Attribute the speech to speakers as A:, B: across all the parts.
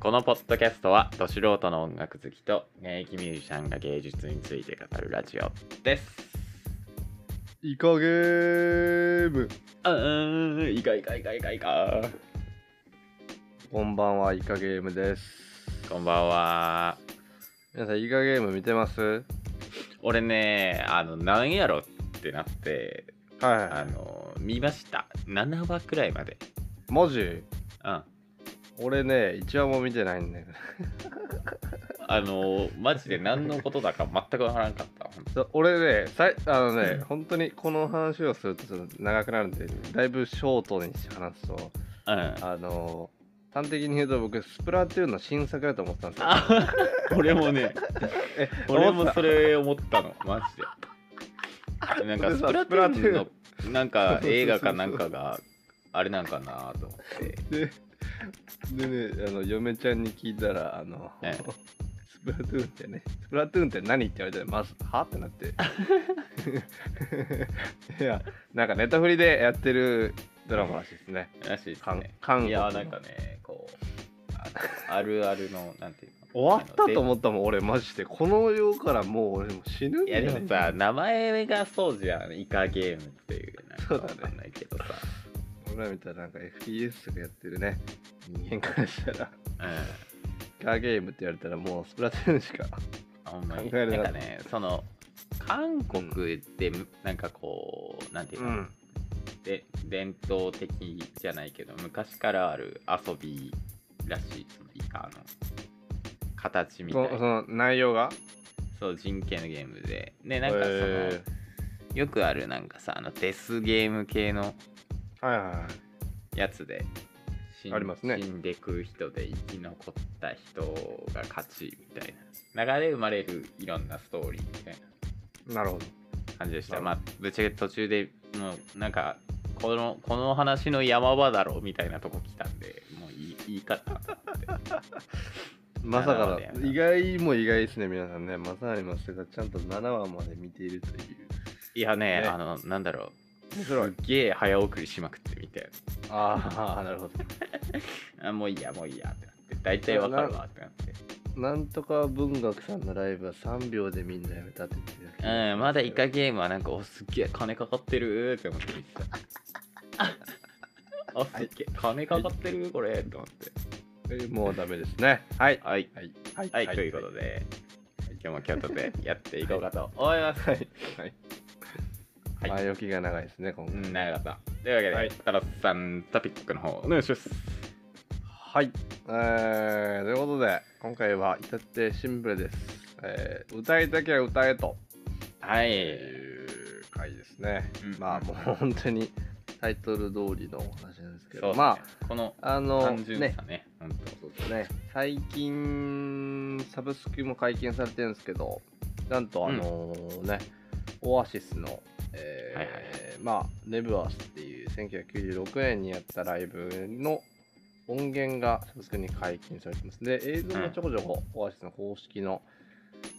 A: このポッドキャストは、ど素人の音楽好きと現役ミュージシャンが芸術について語るラジオです。
B: イカゲーム
A: あー、いかいかいかいかいか。
B: こんばんは、イカゲームです。
A: こんばんは。
B: 皆さん、イカゲーム見てます
A: 俺ね、あの、何やろってなって、あ
B: は
A: の、見ました。7話くらいまで。
B: い。マジ
A: うん。
B: 俺ね、1話も見てないんだよ。
A: あの、マジで何のことだか全くわからんかった。
B: そう俺ね、さいあのね、本当にこの話をするとちょっと長くなるんで、だいぶショートにして話すと、
A: うん。
B: あの、端的に言うと僕、スプラトゥーンの新作だと思ってたんですよ。
A: あ俺もね、
B: え
A: 俺
B: 思
A: も
B: ってた
A: それ思ったの、マジで。なんかスプラトゥーンのなんか映画かなんかがあれなんかなと思って。
B: ででねあの嫁ちゃんに聞いたらあの、
A: ええ
B: スプラトゥーンってねスプラトゥーンって何って言われてまずはってなって いやなんかネタフリでやってるドラマらしいですね
A: らしいです
B: 韓
A: ね。
B: 韓
A: い
B: 国
A: や
B: の
A: ーなんかね、こうああるあるのなんていうの。
B: 終わったと
A: っ
B: 思ったもん俺マジでこの世からもう俺もう死ぬん
A: いや
B: だ
A: で
B: よ
A: もさ、名前がそうじゃん。イカゲームっていう。なんか
B: そうだ
A: わ
B: ね
A: かんないけどさ。
B: 俺らみたいななんか FPS とかやってるね
A: うん
B: 変換したらカーゲームって言われたらもうスプラトゥーンしか
A: あほんまに
B: 考えれな
A: なん
B: か
A: か
B: った
A: ね、その、韓国って、なんかこう、なんていうの、で伝統的じゃないけど昔からある遊びらしいそのイカの形みた
B: そ
A: い
B: そ
A: な
B: の内容が
A: そう人形のゲームでねなんかその、
B: え
A: よくあるなんかさあのデスゲーム系の
B: ーはいはいはい
A: やつで死ん
B: ありますね
A: 死んでく人で生き残った人が勝ちみたいな流れ生まれるいろんなストーリーみたいな
B: なるほど。
A: 感じでした。
B: な
A: まあ、ぶっちゃけ途中でもうなんかこのこの話の山場だろうみたいなとこ来たんでもういいいいかった
B: まさか
A: 7話
B: の、
A: で
B: 意外も意外ですね、皆さんね。まさにまさか、ちゃんと7話まで見ているという。
A: いやね
B: ね
A: あのなんだろう
B: 面
A: す
B: 白い
A: っげえ早送りしまくってみて
B: ああ、なるほど。
A: あもういいやもういいやってなって大体わかるわってなって
B: なんとか文学さんのライブは3秒でみんなやめたって言ってるやつ
A: うんまだイカゲームはなんかおすっげえ金かかってるーって思って見てたあすっげえ金かかってるこれって思って
B: えもうダメですね。はい。
A: はい
B: はい。はい
A: はい、ということ。で、今日も京都でやっていこうかと思います。
B: はい。はい。
A: はい
B: 前置きが長いですね、今
A: うん
B: 回。
A: 長かった。というわけで、
B: はい
A: タロスさんトピックの方お願いします。
B: はい。えー、ということで、今回は至ってシンプルです。えー、歌いだけは歌えと。
A: は
B: と
A: い。
B: いう回ですね、
A: うん
B: まあもう本当にタイトル通りのお話なんですけ
A: そう
B: どま
A: あこの
B: ああの
A: 単純
B: ね
A: さね、本
B: そうですね最近サブスクも解禁されてるんですけどなんとあのね、オアシスの、えー
A: はいはいは
B: まあネブアスっていう1996年にやったライブの音源がサブスクに解禁されてますで映像もちょこちょこ、オアシスの公式の、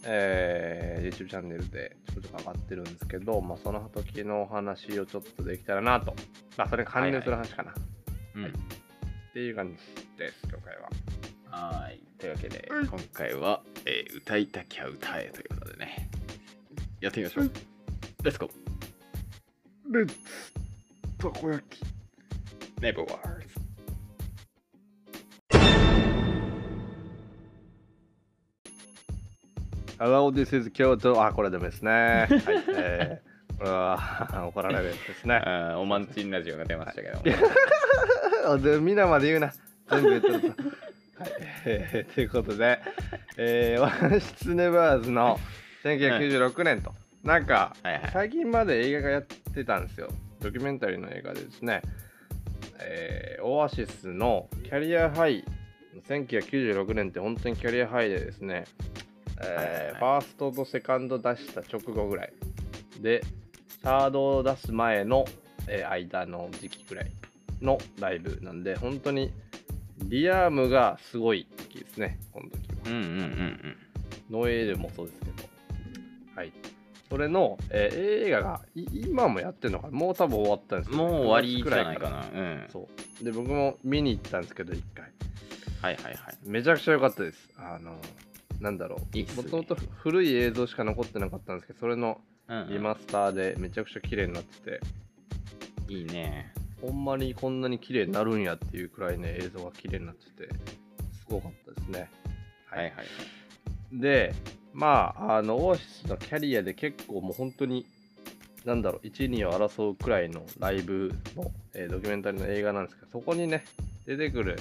B: えー YouTube チャンネルでちょこちょこ上がってるんですけど、まあ、その時のお話をちょっとできたらなと、まあ、それに関連する話かな、
A: 当。うん。
B: っていう感じです今回は。
A: はい。というわけで、
B: うん
A: 今回は、えー歌いたきゃ歌えということでね、やってみましょう。
B: うん
A: レッツゴー
B: レッツたこ焼き
A: ネブワーズ
B: あ e this is Kyoto あこれダメですねはいえーこれは 怒られるやつですね
A: あーおまんちんラジオが出ましたけども。
B: あで皆まで言うな全部言ってるとはい、えーということで、えー、ワンシツネバーズの1996年と、なんか
A: はいはい。
B: 最近まで映画がやってたんですよドキュメンタリーの映画でですね、えーオアシスのキャリアハイ1996年って本当にキャリアハイでですね、
A: は
B: えー
A: い
B: ファーストとセカンド出した直後ぐらいでサードを出す前の、えー間の時期ぐらいのライブなんで本当にリアームがすごい時ですねこの時
A: う
B: は
A: んうんうんうん。
B: ノエールもそうですけど、はい。それの、えー映画がい今もやってるのかなもう多分終わったんですけど
A: もう終わりじゃないか
B: 九月くら
A: な。うん
B: ら。そう。で、僕も見に行ったんですけど、一回。
A: はいはいはい。
B: めちゃくちゃ良かったです。あの、なんだろう。
A: いいっすね
B: もともと古い映像しか残ってなかったんですけど、それの
A: うんうん
B: リマスターでめちゃくちゃ綺麗になってて、
A: いいね。
B: ほんまにこんなに綺麗になるんやっていうくらいね、映像が綺麗になってて、すごかったですね。
A: はいはいはい。
B: で、まあ、あの、オアシスのキャリアで結構もう本当に、なんだろう、1、2を争うくらいのライブの、えードキュメンタリーの映画なんですけど、そこにね、出てくる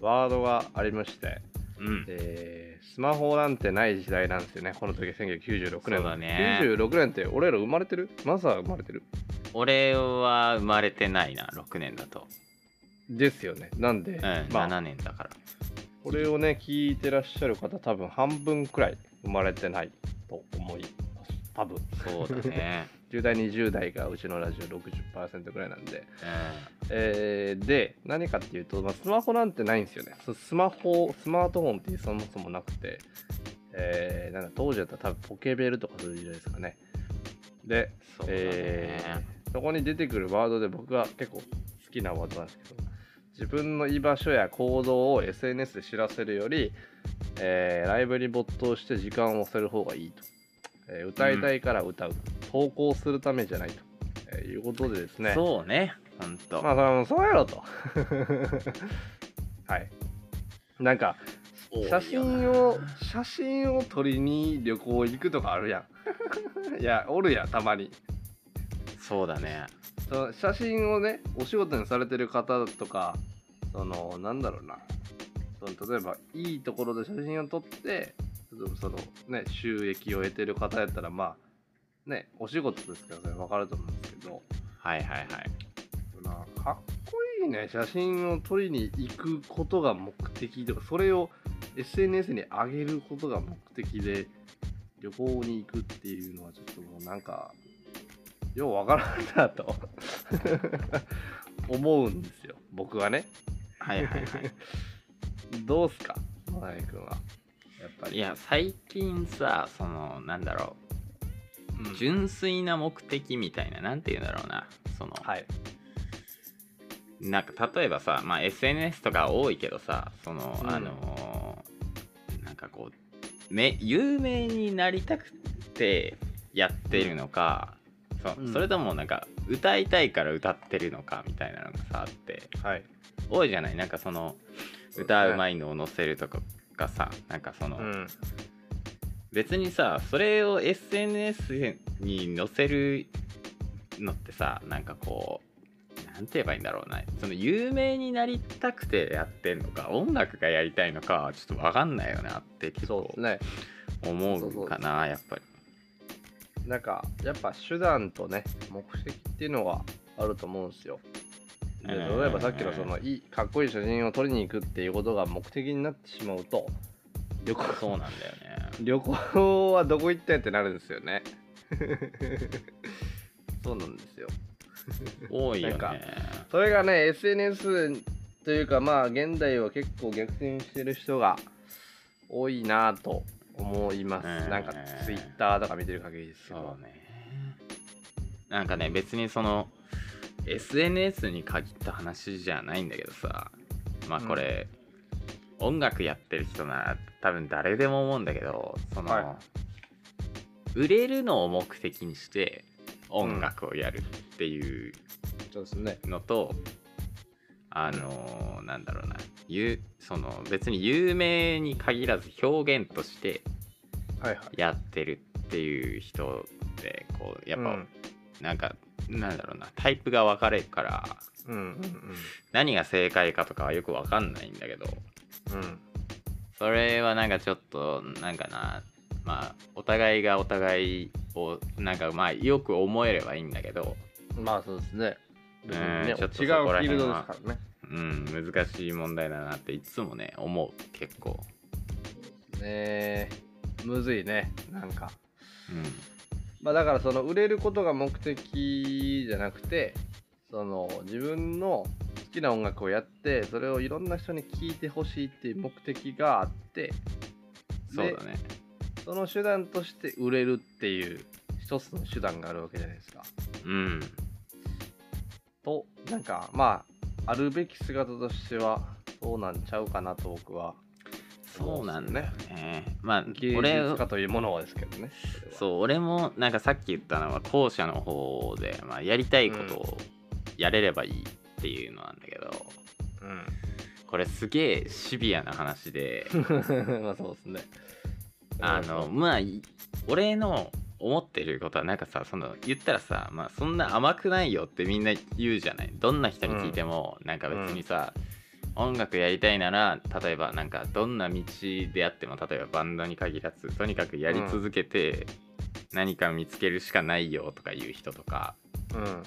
B: ワードがありまして、
A: うん。
B: えースマホなんてない時代なんですよね、この時1996年。
A: そうだね
B: 96年って俺ら生まれてるマサは生まれてる
A: 俺は生まれてないな、6年だと。
B: ですよね。なんで、
A: うん、
B: まあ
A: 7年だから。
B: これをね、聞いてらっしゃる方、多分半分くらい生まれてないと思います。多分。
A: そうだ ね。
B: 10代、20代がうちのラジオ60%くらいなんで。えーで、何かっていうと、まあ、スマホなんてないんですよね。そスマホ、スマートフォンってそもそもなくて、えーなんか当時だったら多分ポケベルとかそういう時代ですかね。で、
A: うん。そうだね。
B: えーそこに出てくるワードで僕が結構好きなワードなんですけど自分の居場所や行動を SNS で知らせるより、えーライブに没頭して時間を押せる方がいいと、えー歌いたいから歌う、投稿するためじゃないと、えーいうことでですね
A: そうね。ほんと。
B: まあそれはもうそうやろと はいなんか写真を写真を撮りに旅行行くとかあるやん いやおるやんたまに
A: そうだね。
B: その写真をねお仕事にされてる方とかそのなんだろうなその例えばいいところで写真を撮ってそのね収益を得てる方やったらまあねお仕事ですからそれ分かると思うんですけど
A: はいはいはい。
B: そのかっこいいね写真を撮りに行くことが目的とかそれを SNS に上げることが目的で旅行に行くっていうのはちょっともうなんかようわからんなと 思うんですよ僕はね
A: はいはいは い。
B: どうすか真鍋君はやっぱり
A: いや最近さそのなんだろ
B: う
A: うん純粋な目的みたいななんて言うんだろうなその、
B: はい
A: なんか例えばさ、まあ、SNS とか多いけどさその、
B: うん
A: あのーなんかこうめ有名になりたくてやってるのか、そ
B: うん
A: それともなんか歌いたいから歌ってるのかみたいなのがさあって
B: はい
A: 多いじゃないなんかその歌うまいのを載せるとかがさなんかその、
B: うん
A: 別にさそれを SNS に載せるのってさなんかこうなんて言えばいいんだろうなその有名になりたくてやってんのか音楽がやりたいのかちょっと分かんないよなって結
B: そう
A: 構
B: ですね
A: 思
B: そうそうう
A: かなやっぱり
B: なんかやっぱ手段とね目的っていうのがあると思うんですよで
A: う
B: 例
A: ん
B: えばさっきのそのいいかっこいい写真を撮りに行くっていうことが目的になってしまうと旅行
A: そうなんだよね
B: 旅行はどこ行ったんやってなるんですよね そうなんですよ
A: 多いよね
B: なんかそれがね SNS というかまあ現代は結構逆転してる人が多いなぁと思います、
A: うん
B: なんか Twitter とか見てる限りですけど
A: そうねなんかね別にその SNS に限った話じゃないんだけどさまあこれ、音楽やってる人なら多分誰でも思うんだけどその、
B: は
A: 売れるのを目的にして音楽をやるっていう
B: そうですね
A: のと、あのなんだろうなゆその別に有名に限らず表現として
B: はいはい
A: やってるっていう人ってこうやっぱ、
B: うん
A: なんかなんだろうなタイプが分かれるから
B: うんうん
A: 何が正解かとかはよく分かんないんだけど
B: うんうん
A: それはなんかちょっとなんかなまあお互いがお互いをなんかまあよく思えればいいんだけど
B: まあそうですね別にね
A: うんちょっと
B: 違う
A: そこら辺は
B: フィールドですからね
A: うん難しい問題だなっていつもね思う結構、
B: ねむずいねなんか
A: うん、
B: まあだからその売れることが目的じゃなくてその自分の好きな音楽をやってそれをいろんな人に聴いてほしいっていう目的があって
A: そうだね
B: その手段として売れるっていう一つの手段があるわけじゃないですか。
A: うん
B: となんかまああるべき姿としてはそうなんちゃうかなと僕は
A: そうなんだよね。まあ
B: 芸
A: 俺
B: 術家というものはですけどねう
A: そう俺もなんかさっき言ったのは後者の方で、まあ、やりたいことをやれればいいっていうのなんだけど、 これすげえシビアな話で
B: うんまあそうですね
A: あのまあい俺の思ってることはなんかさその言ったらさ、まあ、そんな甘くないよってみんな言うじゃないどんな人に聞いても、なんか別にさ、音楽やりたいなら例えばなんかどんな道であっても例えばバンドに限らずとにかくやり続けて、何か見つけるしかないよとか言う人とか
B: うん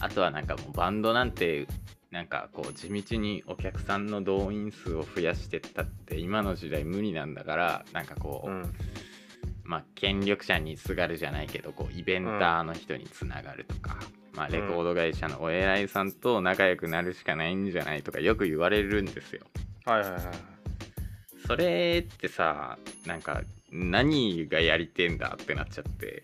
A: あとはなんかもうバンドなんてなんかこう地道にお客さんの動員数を増やしてったって今の時代無理なんだからなんかこう、
B: うん
A: まあ、権力者にすがるじゃないけどこうイベンターの人につながるとか、まあ、レコード会社のお偉いさんと仲良くなるしかないんじゃないとかよく言われるんですよ。
B: はいはいはい
A: それってさなんか何がやりてんだってなっちゃって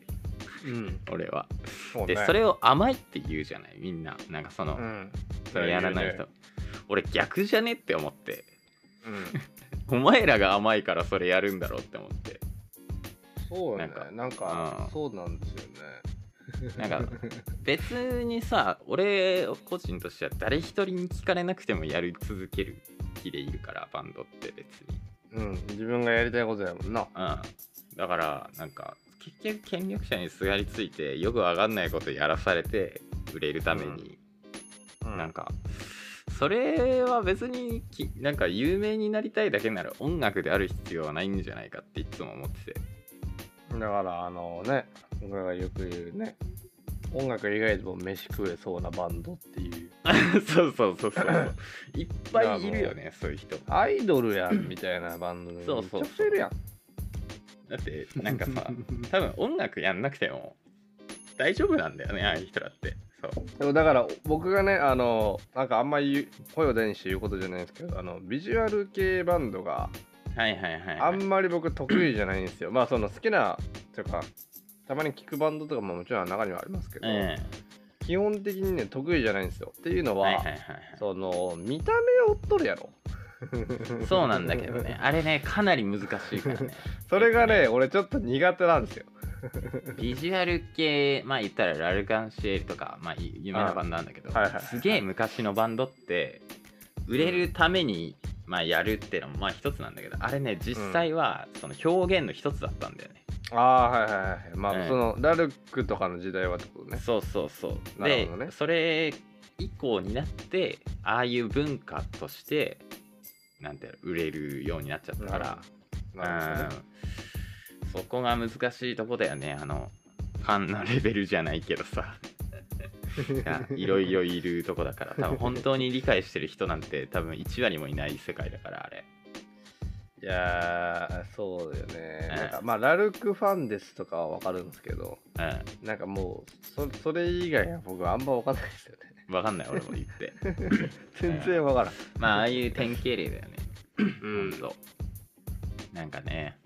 B: うん
A: 俺は。
B: そうね
A: でそれを甘いって言うじゃないみんななんかその、
B: うん
A: それやらない人、俺逆じゃねって思って
B: うん
A: お前らが甘いからそれやるんだろうって思って
B: そうよ
A: な
B: ね
A: んか
B: なんか
A: うん
B: そうなんですよね
A: なんか別にさ俺個人としては誰一人に聞かれなくてもやり続ける気でいるからバンドって別に、
B: うん自分がやりたいことやもんな
A: うん、だからなんか結局権力者にすがりついてよくわかんないことやらされて売れるために、なんかそれは別にきなんか有名になりたいだけなら音楽である必要はないんじゃないかっていつも思ってて
B: だからあのね僕らがよく言うね音楽以外でも飯食えそうなバンドっていう
A: そうそうそうそういっぱいいるよねそういう人だ
B: アイドルやんみたいなバンドめち
A: そ
B: ゃ
A: うそう
B: くちゃいるやん
A: ってなんか さ多分音楽やんなくても大丈夫なんだよねああいう人だってそう
B: でもだから僕がねあのなんかあんまり言う声を出にして言うことじゃないんですけどあのビジュアル系バンドが
A: はいはいはい、
B: あ
A: はい、
B: んまり僕得意じゃないんですよまあその好きなというかたまに聞くバンドとかももちろん中にはありますけど、
A: え
B: 基本的にね得意じゃないんですよっていうの
A: え
B: は、
A: はいはいはいはい
B: その見た目を追っとるやろ
A: そうなんだけどねあれねかなり難しいからね
B: それがね俺ちょっと苦手なんですよ
A: ビジュアル系まあ言ったらラルカンシエルとか、まあ、い有名なバンドなんだけど、
B: はいはいはい
A: すげえ昔のバンドって売れるために、まあ、やるっていうのもまあ一つなんだけどあれね実際はその表現の一つだったんだよね、
B: ああーはいはいはいまあ、
A: うん
B: そのラルクとかの時代はってことね
A: そうそうそう
B: なる
A: で、
B: ほどね
A: それ以降になってああいう文化としてなんていうの売れるようになっちゃったから、
B: なるほどね
A: うんそこが難しいとこだよねあのファンのレベルじゃないけど さがいろいろいるとこだから多分本当に理解してる人なんて多分1割もいない世界だからあれ
B: いやーそうだよね、
A: うん
B: なんかまあラルクファンですとかは分かるんですけどなんかもうそそれ以外は僕はあんま分かんないですよね
A: うん分かんない俺も言って
B: 全然分からん、
A: まあああいう典型例だよね
B: うん
A: 本当なんかね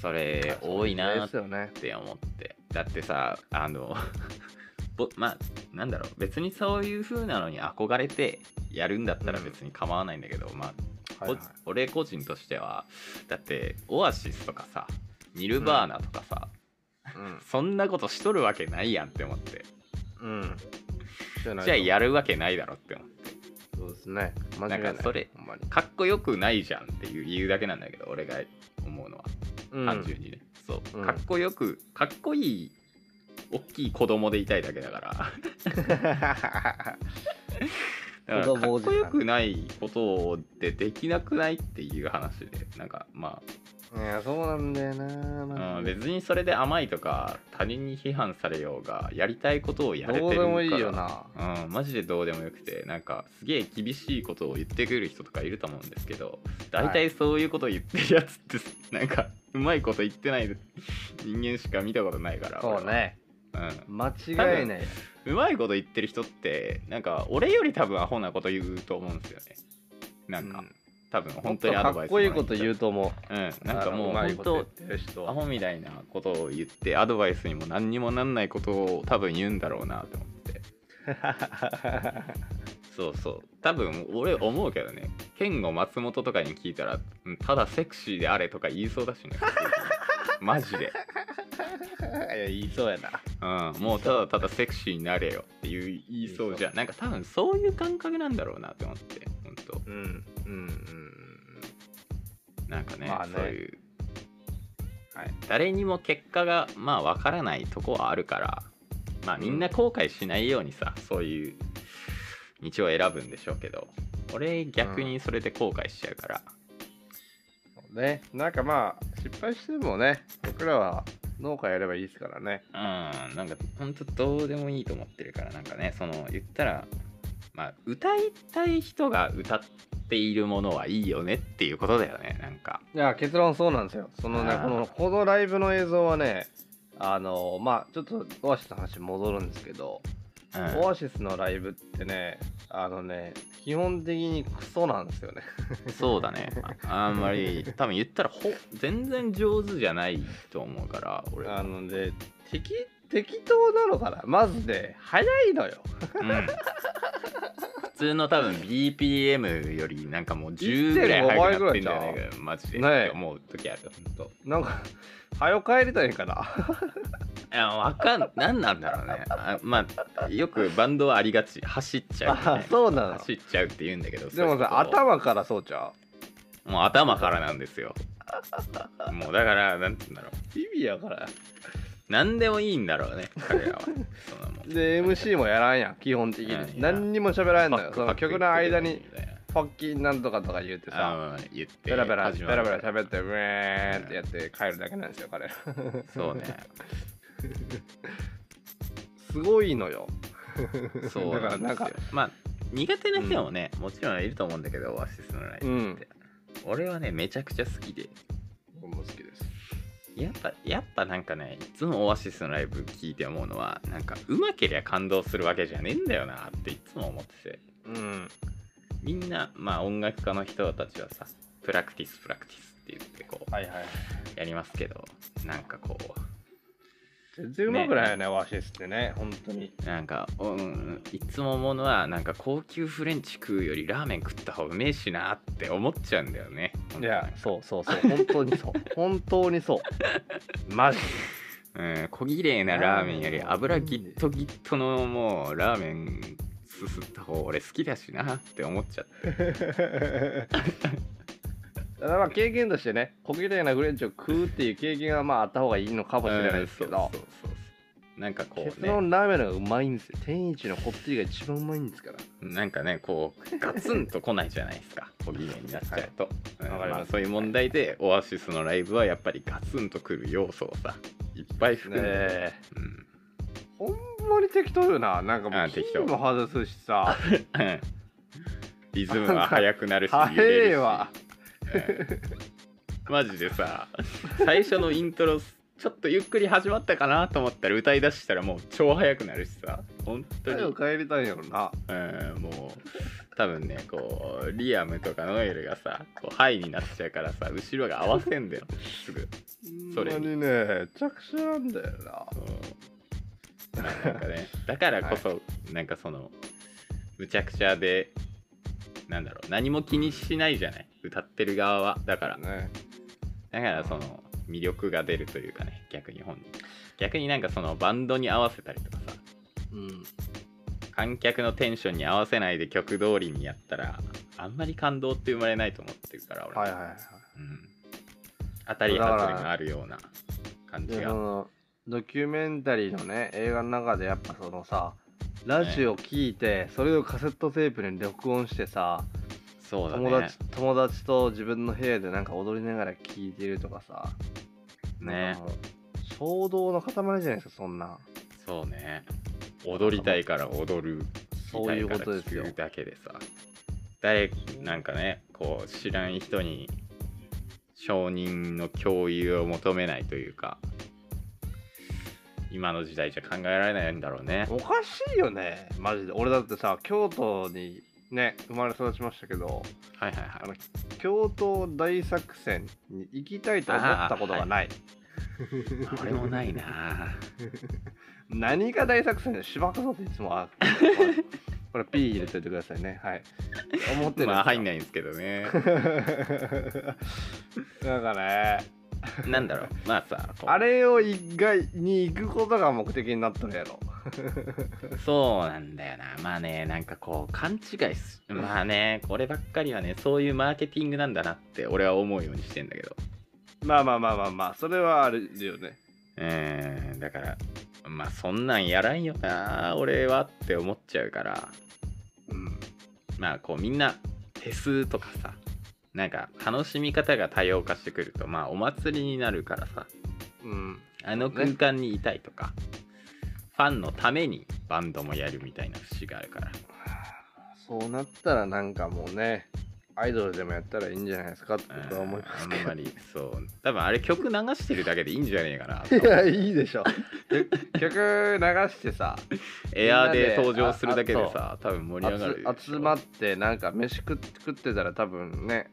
A: それ多いな
B: ですよね
A: って思ってだってさあの ぼまあなんだろう別にそういう風なのに憧れてやるんだったら別に構わないんだけど、まあ、
B: はいはい
A: こ俺個人としてはだってオアシスとかさニルバーナとかさ、そんなことしとるわけないやんって思って
B: うん、うん、じゃ
A: じゃあや
B: る
A: るわけないだろって思って
B: そうですね間違いない
A: なんかそれ
B: ほんまに、
A: かっこよくないじゃんっていう理由だけなんだけど俺が思うのは
B: うん、
A: 単純にね、そう
B: うん
A: かっこよくかっこいい大きい子供でいたいだけだからだからかっこよくないことでできなくないっていう話でなんかま
B: いやそうなんだよな
A: あ、
B: マ
A: うん、
B: ジで
A: 別にそれで甘いとか他人に批判されようがやりたいことをやれてる
B: ど
A: か
B: う
A: ら
B: でもいいよな
A: うん、マジでどうでもよくてなんかすげえ厳しいことを言ってくる人とかいると思うんですけど大体そういうことを言ってるやつって なんかうまいこと言ってない人間しか見たことないから
B: そう、ね
A: 俺はうん、
B: 間違いないよ
A: うまいこと言ってる人ってなんか俺より多分アホなこと言うと思うんですよねなんか、
B: うん
A: 多分本当にアドバイス
B: かっこいいこと言う
A: う
B: と思
A: うん
B: う
A: なんかもう
B: ま
A: 本
B: いこと言っ
A: 当
B: てる人
A: ア
B: は
A: ホみたいなことを言ってアドバイスにも何にもなんないことを多分言うんだろうなと思ってそうそう多分俺思うけどね剣吾松本とかに聞いたらうんただセクシーであれとか言いそうだ しねマジで、
B: いや言いそうやな
A: うん、もうただただセクシーになれよっていう言いそうじゃんなんか多分そういう感覚なんだろうなって思って本当
B: うんうんうんうん
A: なんかね,、
B: まあね
A: そういう、
B: はい
A: 誰にも結果がまあ分からないとこはあるからまあみんな後悔しないようにさ、そういう道を選ぶんでしょうけど俺逆にそれで後悔しちゃうから、
B: そうねなんかまあ失敗してもね僕らは農家やればいいですからね
A: うん、なんか本当どうでもいいと思ってるからなんかねその言ったら、まあ、歌いたい人が歌っているものはいいよねっていうことだよねなんか
B: いや結論そうなんですよそのね
A: あー
B: このこのライブの映像はねあのまあちょっとオアシスの話戻るんですけど、
A: うん
B: オアシスのライブってねあのね基本的にクソなんですよね
A: そうだねああんまり多分言ったらほ全然上手じゃないと思うから俺
B: あ
A: は
B: ので適適当なのかなまずね早いのよ
A: うん普通の多分 BPM よりなんかもう10
B: 1.5
A: ぐらい速くなってんじゃねえかよマジで、
B: ねえ
A: って思う時ある本
B: なんか早よ帰りたいんかな
A: 当いやわかん何なんだろうねあまあよくバンドはありがち走っちゃうよね、
B: あ そうなの
A: 走っちゃうって言うんだけど
B: でも
A: そういうこ
B: さ
A: とを
B: 頭からそうちゃう
A: もう頭からなんですよもうだからなんて言うんだろう
B: 意味やから
A: 何でもいいんだろうね彼らはそんなもん
B: で MC もやらんやん基本的
A: うんい
B: に
A: や
B: 何にも喋らんの
A: パッ
B: よ
A: ク
B: そ
A: パッ
B: の
A: ク言って
B: 曲の間に
A: みたいな
B: 「ファッキンなんとか」とか言うてさ
A: あー言って
B: ベラベラベラベラ
A: っ
B: 喋ってウェーンってやって帰るだけなんですよ彼ら
A: そう ね
B: すごいのよ
A: そう
B: だか
A: な
B: ら
A: んで
B: なん
A: すよ
B: か
A: まあ苦手な人もね、もちろんいると思うんだけどオアシスのライ
B: う
A: ブ、
B: ん
A: 俺はねめちゃくちゃ好きで
B: 僕も好きです
A: やっぱやっぱなんかねいつもオアシスのライブ聞いて思うのはなんかうまけりゃ感動するわけじゃねえんだよなっていつも思ってて
B: うん
A: みんなまあ音楽家の人たちはさプラクティスプラクティスって言ってこ
B: はいはいう
A: やりますけどなんかこう
B: 全然うまくないよねオアシスってね本当に
A: なんか、うんうん、いつも思うのはなんか高級フレンチ食うよりラーメン食った方がうめえしなって思っちゃうんだよね
B: いやそうそうそう 本当にそう本当に そうマジ
A: うん小綺麗なラーメンより油ギットギットのもうラーメンすすった方俺好きだしなって思っちゃって
B: た だまあ経験としてね小綺麗なフレンチを食うっていう経験はまああった方がいいのかもしれないですけど、
A: うんそうそうそうそうなんかこ
B: 結
A: うね
B: 論ラーメンの方がうまいんですよ天一のこってりが一番うまいんですから
A: なんかねこうガツンと来ないじゃないですか小綺麗になっちゃうと、うん
B: わかります
A: あそういう問題でオアシスのライブはやっぱりガツンと来る要素をさいっぱい含んで、
B: え
A: うん
B: ほんまに適当よななんかも
A: あー
B: うキ
A: 適
B: ー
A: 当
B: も外すしさ
A: うん リズムは速くなるし
B: なん
A: 揺
B: か
A: れるし
B: 早えわ
A: うんマジでさ最初のイントロちょっとゆっくり始まったかなと思ったら歌い出したらもう超速くなるしさ本当に、
B: 早く帰りたいんやろな
A: うん、もう多分ねこうリアムとかノエルがさこうハイになっちゃうからさ後ろが合わせんだよすぐ。
B: ほ
A: そ
B: ん
A: れ
B: まにね着手なんだよな
A: うんまあなんかねだからこそ、なんかそのむちゃくちゃでなんだろう何も気にしないじゃない歌ってる側はだから
B: ね
A: だからその魅力が出るというかね逆に本人逆になんかそのバンドに合わせたりとかさ
B: うん
A: 観客のテンションに合わせないで曲通りにやったらあんまり感動って生まれないと思ってるから俺、
B: はいはいはい
A: うん、当たり外れがあるような感じ
B: で
A: が
B: そのドキュメンタリーのね映画の中でやっぱそのさラジオ聞いて、それをカセットテープに録音してさ、
A: そうだね
B: 友達友達と自分の部屋でなんか踊りながら聞いてるとかさなん
A: ね
B: かもう衝動の塊じゃないですかそんな
A: そうね踊りたいから踊る
B: そういうこと
A: 聞
B: で
A: きた
B: す
A: い
B: よ
A: から聞くだけでさ誰なんかねこう知らん人に承認の共有を求めないというか今の時代じゃ考えられないんだろうね
B: おかしいよねマジで俺だってさ京都にね生まれ育ちましたけど
A: はいはいは
B: あの京都大作戦に行きたいと思ったことがない、
A: いこれもないな
B: 何が大作戦でしばくぞっていつもあこれ P 入れといてくださいね。はい。思ってる。
A: まあ入んないんですけどね
B: なんかね、
A: なんだろうまあさこう
B: あれを一回に行くことが目的になっとるやろ。
A: そうなんだよなまあねなんかこう勘違いすまあねこればっかりはねそういうマーケティングなんだなって俺は思うようにしてんだけど
B: まあまあまあまあまあ、それはあるよね。
A: うーんだからまあそんなんやらんよな俺はって思っちゃうから
B: うん。
A: まあこうみんな手数とかさなんか楽しみ方が多様化してくるとまあお祭りになるからさ
B: うん。
A: あの空間にいたいとか、ファンのためにバンドもやるみたいな節があるから
B: そうなったらなんかもうね、アイドルでもやったらいいんじゃないですかって僕は思います
A: あ
B: け
A: ん
B: ど
A: ま。りそう多分あれ曲流してるだけでいいんじゃねえかなと
B: い や、いいでしょ。曲流してさ、
A: エアーで登場するだけでさ多分盛り上がるでしょ
B: あつ集まってなんか飯食って食ってたら多分ね、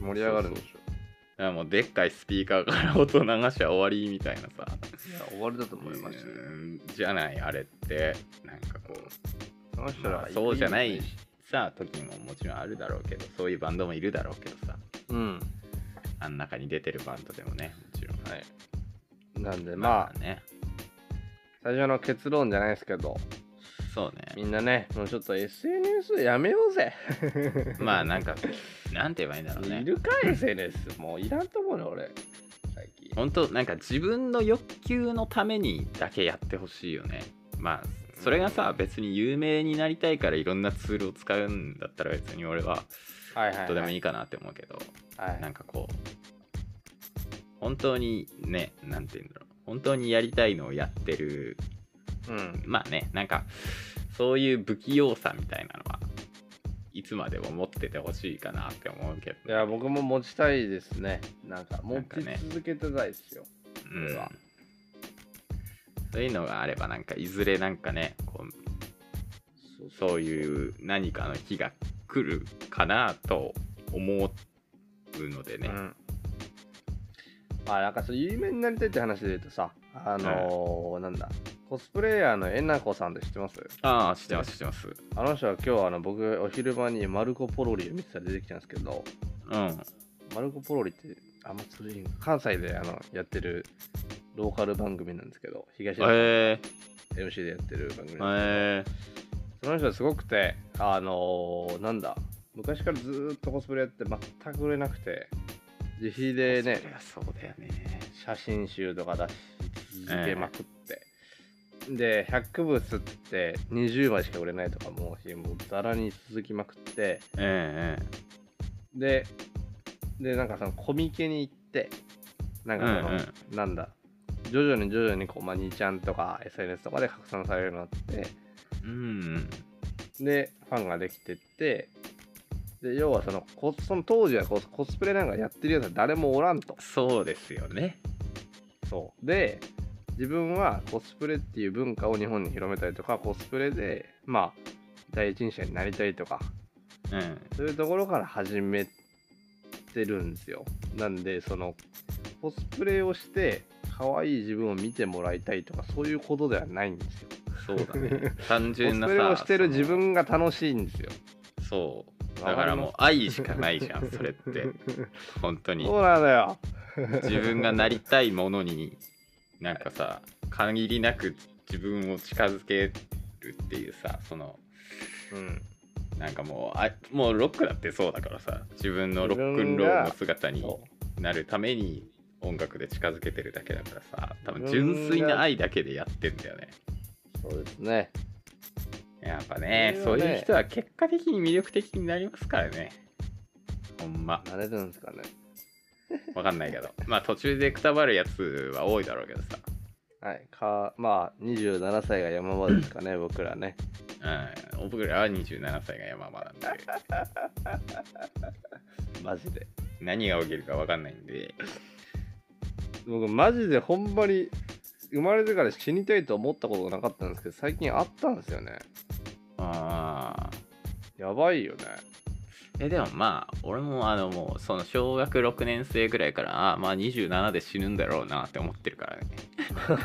B: 盛り上がるんでしょ。
A: だからもうでっかいスピーカーから 音流しは終わりみたいなさ
B: いや、終わりだと思いました
A: う
B: ね。
A: んじゃないあれってなんかこう
B: その人ら
A: ま
B: は
A: あそうじゃない
B: いし
A: さあ時ももちろんあるだろうけどそういうバンドもいるだろうけどさ
B: うん。
A: あん中に出てるバンドでもねもちろん
B: はい。なんで
A: ま
B: まあ
A: あ、ね
B: 最初の結論じゃないですけど、
A: そうね
B: みんなね、もうちょっと SNS やめようぜ。
A: まあなんかなんて言えばいいんだろうね
B: いるか SNS もういらんと思うね俺最近
A: 本当なんか自分の欲求のためにだけやってほしいよねまあそれがさ別に有名になりたいからいろんなツールを使うんだったら別に俺は
B: はいはいはい
A: どうでもいいかなって思うけど
B: はい
A: なんかこう本当にねなんて言うんだろう本当にやりたいのをやってる
B: うん
A: まあねなんかそういう不器用さみたいなのはいつまでも持っててほしいかなって思うけ
B: い
A: ど
B: や僕も持ちたいですねなんか持
A: なん
B: ち
A: かね
B: 続けてたいですよ、
A: うん
B: それは
A: そういうのがあればなんかいずれなんかねこうそういう何かの日が来るかなと思うので
B: う
A: ね、
B: んまあなんかそう有名になりたいって話で言うとさあのーなんだコスプレイヤーのえなこさんって知ってます
A: ああ知ってます知ってます
B: あの人は今日あの僕お昼間にマルコ・ポロリを見てたら出てきたんですけど
A: うん
B: マルコ・ポロリってあんま釣り関西であのやってるローカル番組なんですけど東日本
A: え
B: MC でやってる番
A: ー、
B: 組なんですけど
A: え
B: その人はすごくて、あのーなんだ、昔からずーっとコスプレやって全く売れなくて、自費で
A: ー、
B: ね
A: そり、ゃそうだよね
B: 写真集とか出し続けまくって、で、100部吸って20枚しか売れないとかもう、もうざらに続きまくって、
A: ええ
B: で、で、なんかそのコミケに行って、なんかその、
A: うん
B: なんだ、徐々に徐々にこう、まあ、2ちゃんとか SNS とかで拡散されるようになって、
A: えうん
B: でファンができてってで要はそのコその当時はコスコスプレなんかやってるやつは誰もおらんと
A: そうですよね
B: そうで自分はコスプレっていう文化を日本に広めたりとかコスプレでまあ第一人者になりたいとか
A: うん
B: そういうところから始めてるんですよなんでそのコスプレをして可愛い自分を見てもらいたいとかそういうことではないんですよ
A: そうだ ね単
B: コ
A: 純
B: ス
A: な
B: プレ
A: さ
B: をしてる
A: その
B: 自分が楽しいんですよ
A: そうだからもう愛しかないじゃ んそれって本当に
B: そうなのよ
A: 自分がなりたいものになんかさ限りなく自分を近づけるっていうさその
B: うん
A: なんかもうあもうロックだってそうだからさ自分のロックンロールの姿に
B: そう
A: なるために音楽で近づけてるだけだからさ多分
B: 自分が
A: 純粋な愛だけでやってんだよね
B: そうですね。
A: やっぱね
B: そ
A: そ
B: れはね
A: ういう人は結果的に魅力的になりますからねほんま
B: 慣れるんですかね。
A: わかんないけどまあ途中でくたばるやつは多いだろうけどさ
B: はい。か、まあ、27歳が山場ですかね、僕らね。
A: うん、僕らは27歳が山場なんで、
B: マジで。
A: 何が起きるか分かんないんで、
B: 僕、マジでほんまに、生まれてから死にたいと思ったことがなかったんですけど、最近あったんですよね。
A: ああ、
B: やばいよね。
A: え、でもまあ、俺もあのもう、その小学6年生ぐらいから、あーまあ27で死ぬんだろうなって思ってるからね。
B: 死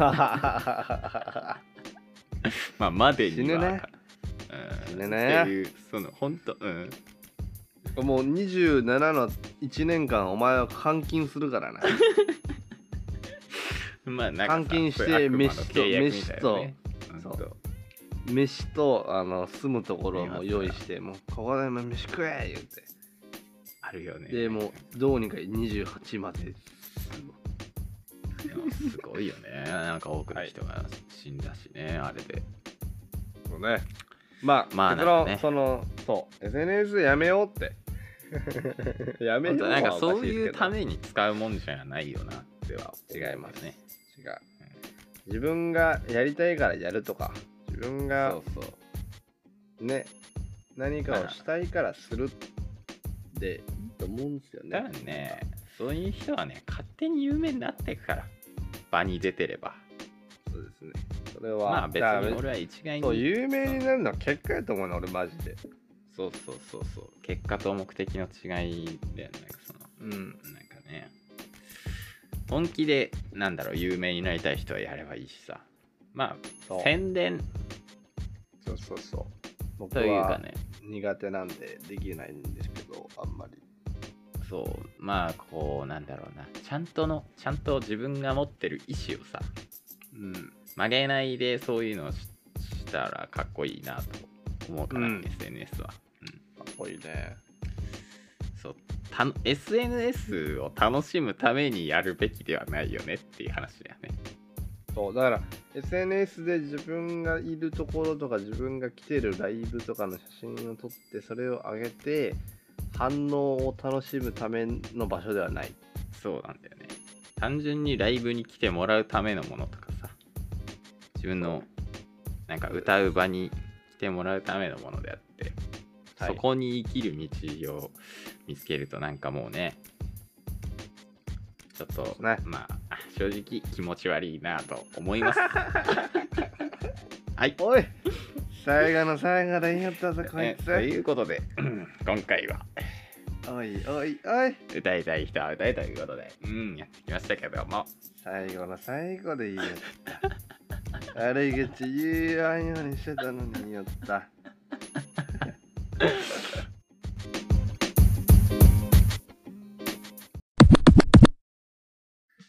A: まあ、までには
B: 死ぬね
A: うん、っ
B: しれ
A: て
B: ね
A: いうその本当うん
B: もう27の1年間お前は監禁するから な
A: まあなんかさ
B: 監禁して
A: これ悪魔の
B: 飯と
A: 契約みたいなね
B: 飯と
A: 本当
B: 飯とあの住むところも用意してもうここで飯食え言って
A: あるよね
B: でもうどうにか28まで
A: でもすごいよねなんか多くの人が死んだしね、あれで
B: そうねまあ、
A: まあ
B: 結論、
A: なんかね
B: そのそう SNS やめようって やめ
A: 本
B: よう
A: 当
B: は
A: なんかそういう
B: お
A: た
B: かし
A: めに使うもんじゃないよなっては思うよ
B: 違いますいですけど違う自分がやりたいからやるとか自分が
A: そうそう
B: ね何かをしたいからするでいいと思うんですよ
A: 多
B: ね
A: 分ねそういう人はね勝手に有名になっていくから場に出てれば
B: そうですねそれは
A: まあ別
B: だから
A: に俺は一概に
B: そう有名になるのは結果やと思うの俺マジで
A: そうそうそうそう結果と目的の違いだよねその
B: うん
A: なんかね本気でなんだろう有名になりたい人はやればいいしさま
B: そ
A: あ
B: う
A: 宣伝
B: そうそうそう僕
A: というか
B: は
A: ね
B: 苦手なんでできないんですけどあんまり
A: そうまあこうなんだろうなちゃんとのちゃんと自分が持ってる意思をさ
B: うん
A: 曲げないでそういうのをししたらかっこいいなと思うから、
B: うん
A: SNS は、うん、
B: かっこいいね
A: そうたの SNS を楽しむためにやるべきではないよねっていう話だよね
B: そうだから SNS で自分がいるところとか自分が来てるライブとかの写真を撮ってそれを上げて反応を楽しむための場所ではない
A: そうなんだよね単純にライブに来てもらうためのものとかさ自分のなんか歌う場に来てもらうためのものであって、
B: はい
A: そこに生きる道を見つけるとなんかもうねちょっと、
B: ね
A: まあ正直気持ち悪いなと思い ますはい
B: おい最後の最後で言いよったぞこい
A: えとい
B: つ
A: うことで今回は
B: おいおいおい
A: 歌いたい人は歌いということでうんやってきましたけども
B: 最後の最後で言いよった悪い口言わんようにしてたのに言いよった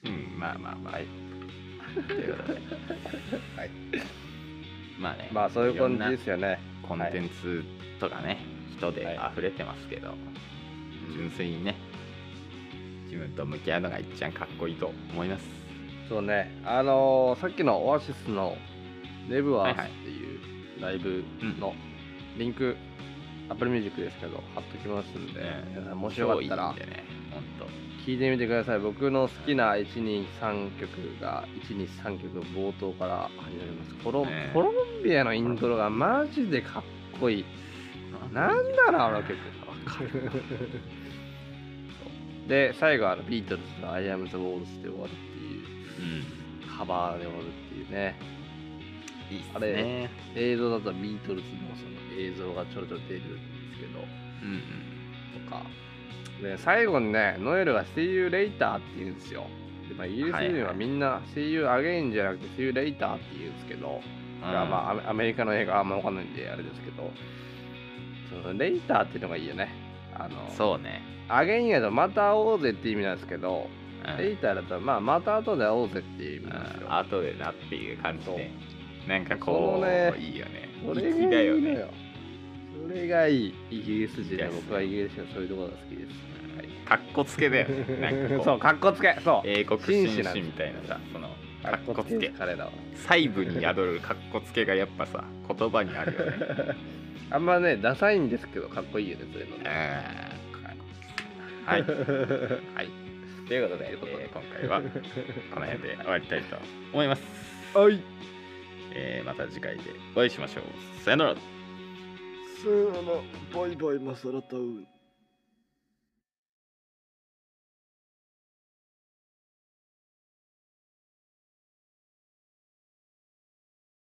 A: うん、まあまあまあ。はい。ということで。
B: はい。
A: まあね。。
B: まあそういう感じですすよね
A: コンテンツとかね、人で溢れてますけど、純粋にね、自分と向き合うのが一ちゃんかっこいいと思います。
B: そうね、あのーさっきのオアシスのネブアース
A: はいはい
B: っていうライブのリンク、Apple Music ですけど、貼っときますんで、皆さんもしよかっ
A: 超
B: た
A: いい
B: ら
A: んでね、ほんと。
B: 聞いてみてください。僕の好きな123曲が、123曲冒頭から始まります。コロ,、
A: ね
B: コロンビアのイントロがマジでかっこいい。なんだろう、あの曲。そうで、最後はあのビートルズの I am the Walls で終わるっていう。
A: うん。
B: カバーで終わるっていうね
A: いいっ
B: あ
A: す
B: れ
A: ね。
B: 映像だとビートルズのその映像がちょろちょろ出るんですけど
A: うん
B: とかで最後にねノエルが「See you later」って言うんですよで、まあ、イギリス
A: はい
B: 人
A: は
B: はいみんな「See you again」じゃなくて「See you later」って言うんですけど、
A: うん。
B: これはまあアメアメリカの映画あんま分かんないんであれですけどその「later」っていうのがいいよねあの
A: そうね。
B: アゲインやとまた会おうぜっていう意味なんですけど、
A: うん
B: レイターだとまあまた後で会おうぜっていう意味なんですよ。
A: 後でなっていう感じでなんか
B: そ
A: こう、
B: のね
A: いいよね
B: それがい
A: 粋
B: い
A: だよ
B: の
A: ね
B: よ。それがいい。イギリス人
A: いや
B: で僕はイギリス人はそういうところが好きで
A: かっこつけ だよね なんか
B: す。
A: こう
B: そう、かっこつけ。そう。
A: 英国
B: 紳
A: 紳
B: 士なん
A: 士
B: です
A: みたいなさその
B: か
A: か
B: っ
A: っ
B: こ
A: こ
B: つ
A: つ
B: け
A: け
B: 彼らは。
A: 細部に宿るかっこつけがやっぱさ言葉にあるよね
B: あんまね、ダサいんですけど、かっこいいよね、そういうの ね。
A: うんはい、はい、ということで、えー今回はこの辺で終わりたいと思います、
B: はい。
A: えーまた次回でお会いしましょうさよなら
B: せーの、バイバイ、マサラタウン。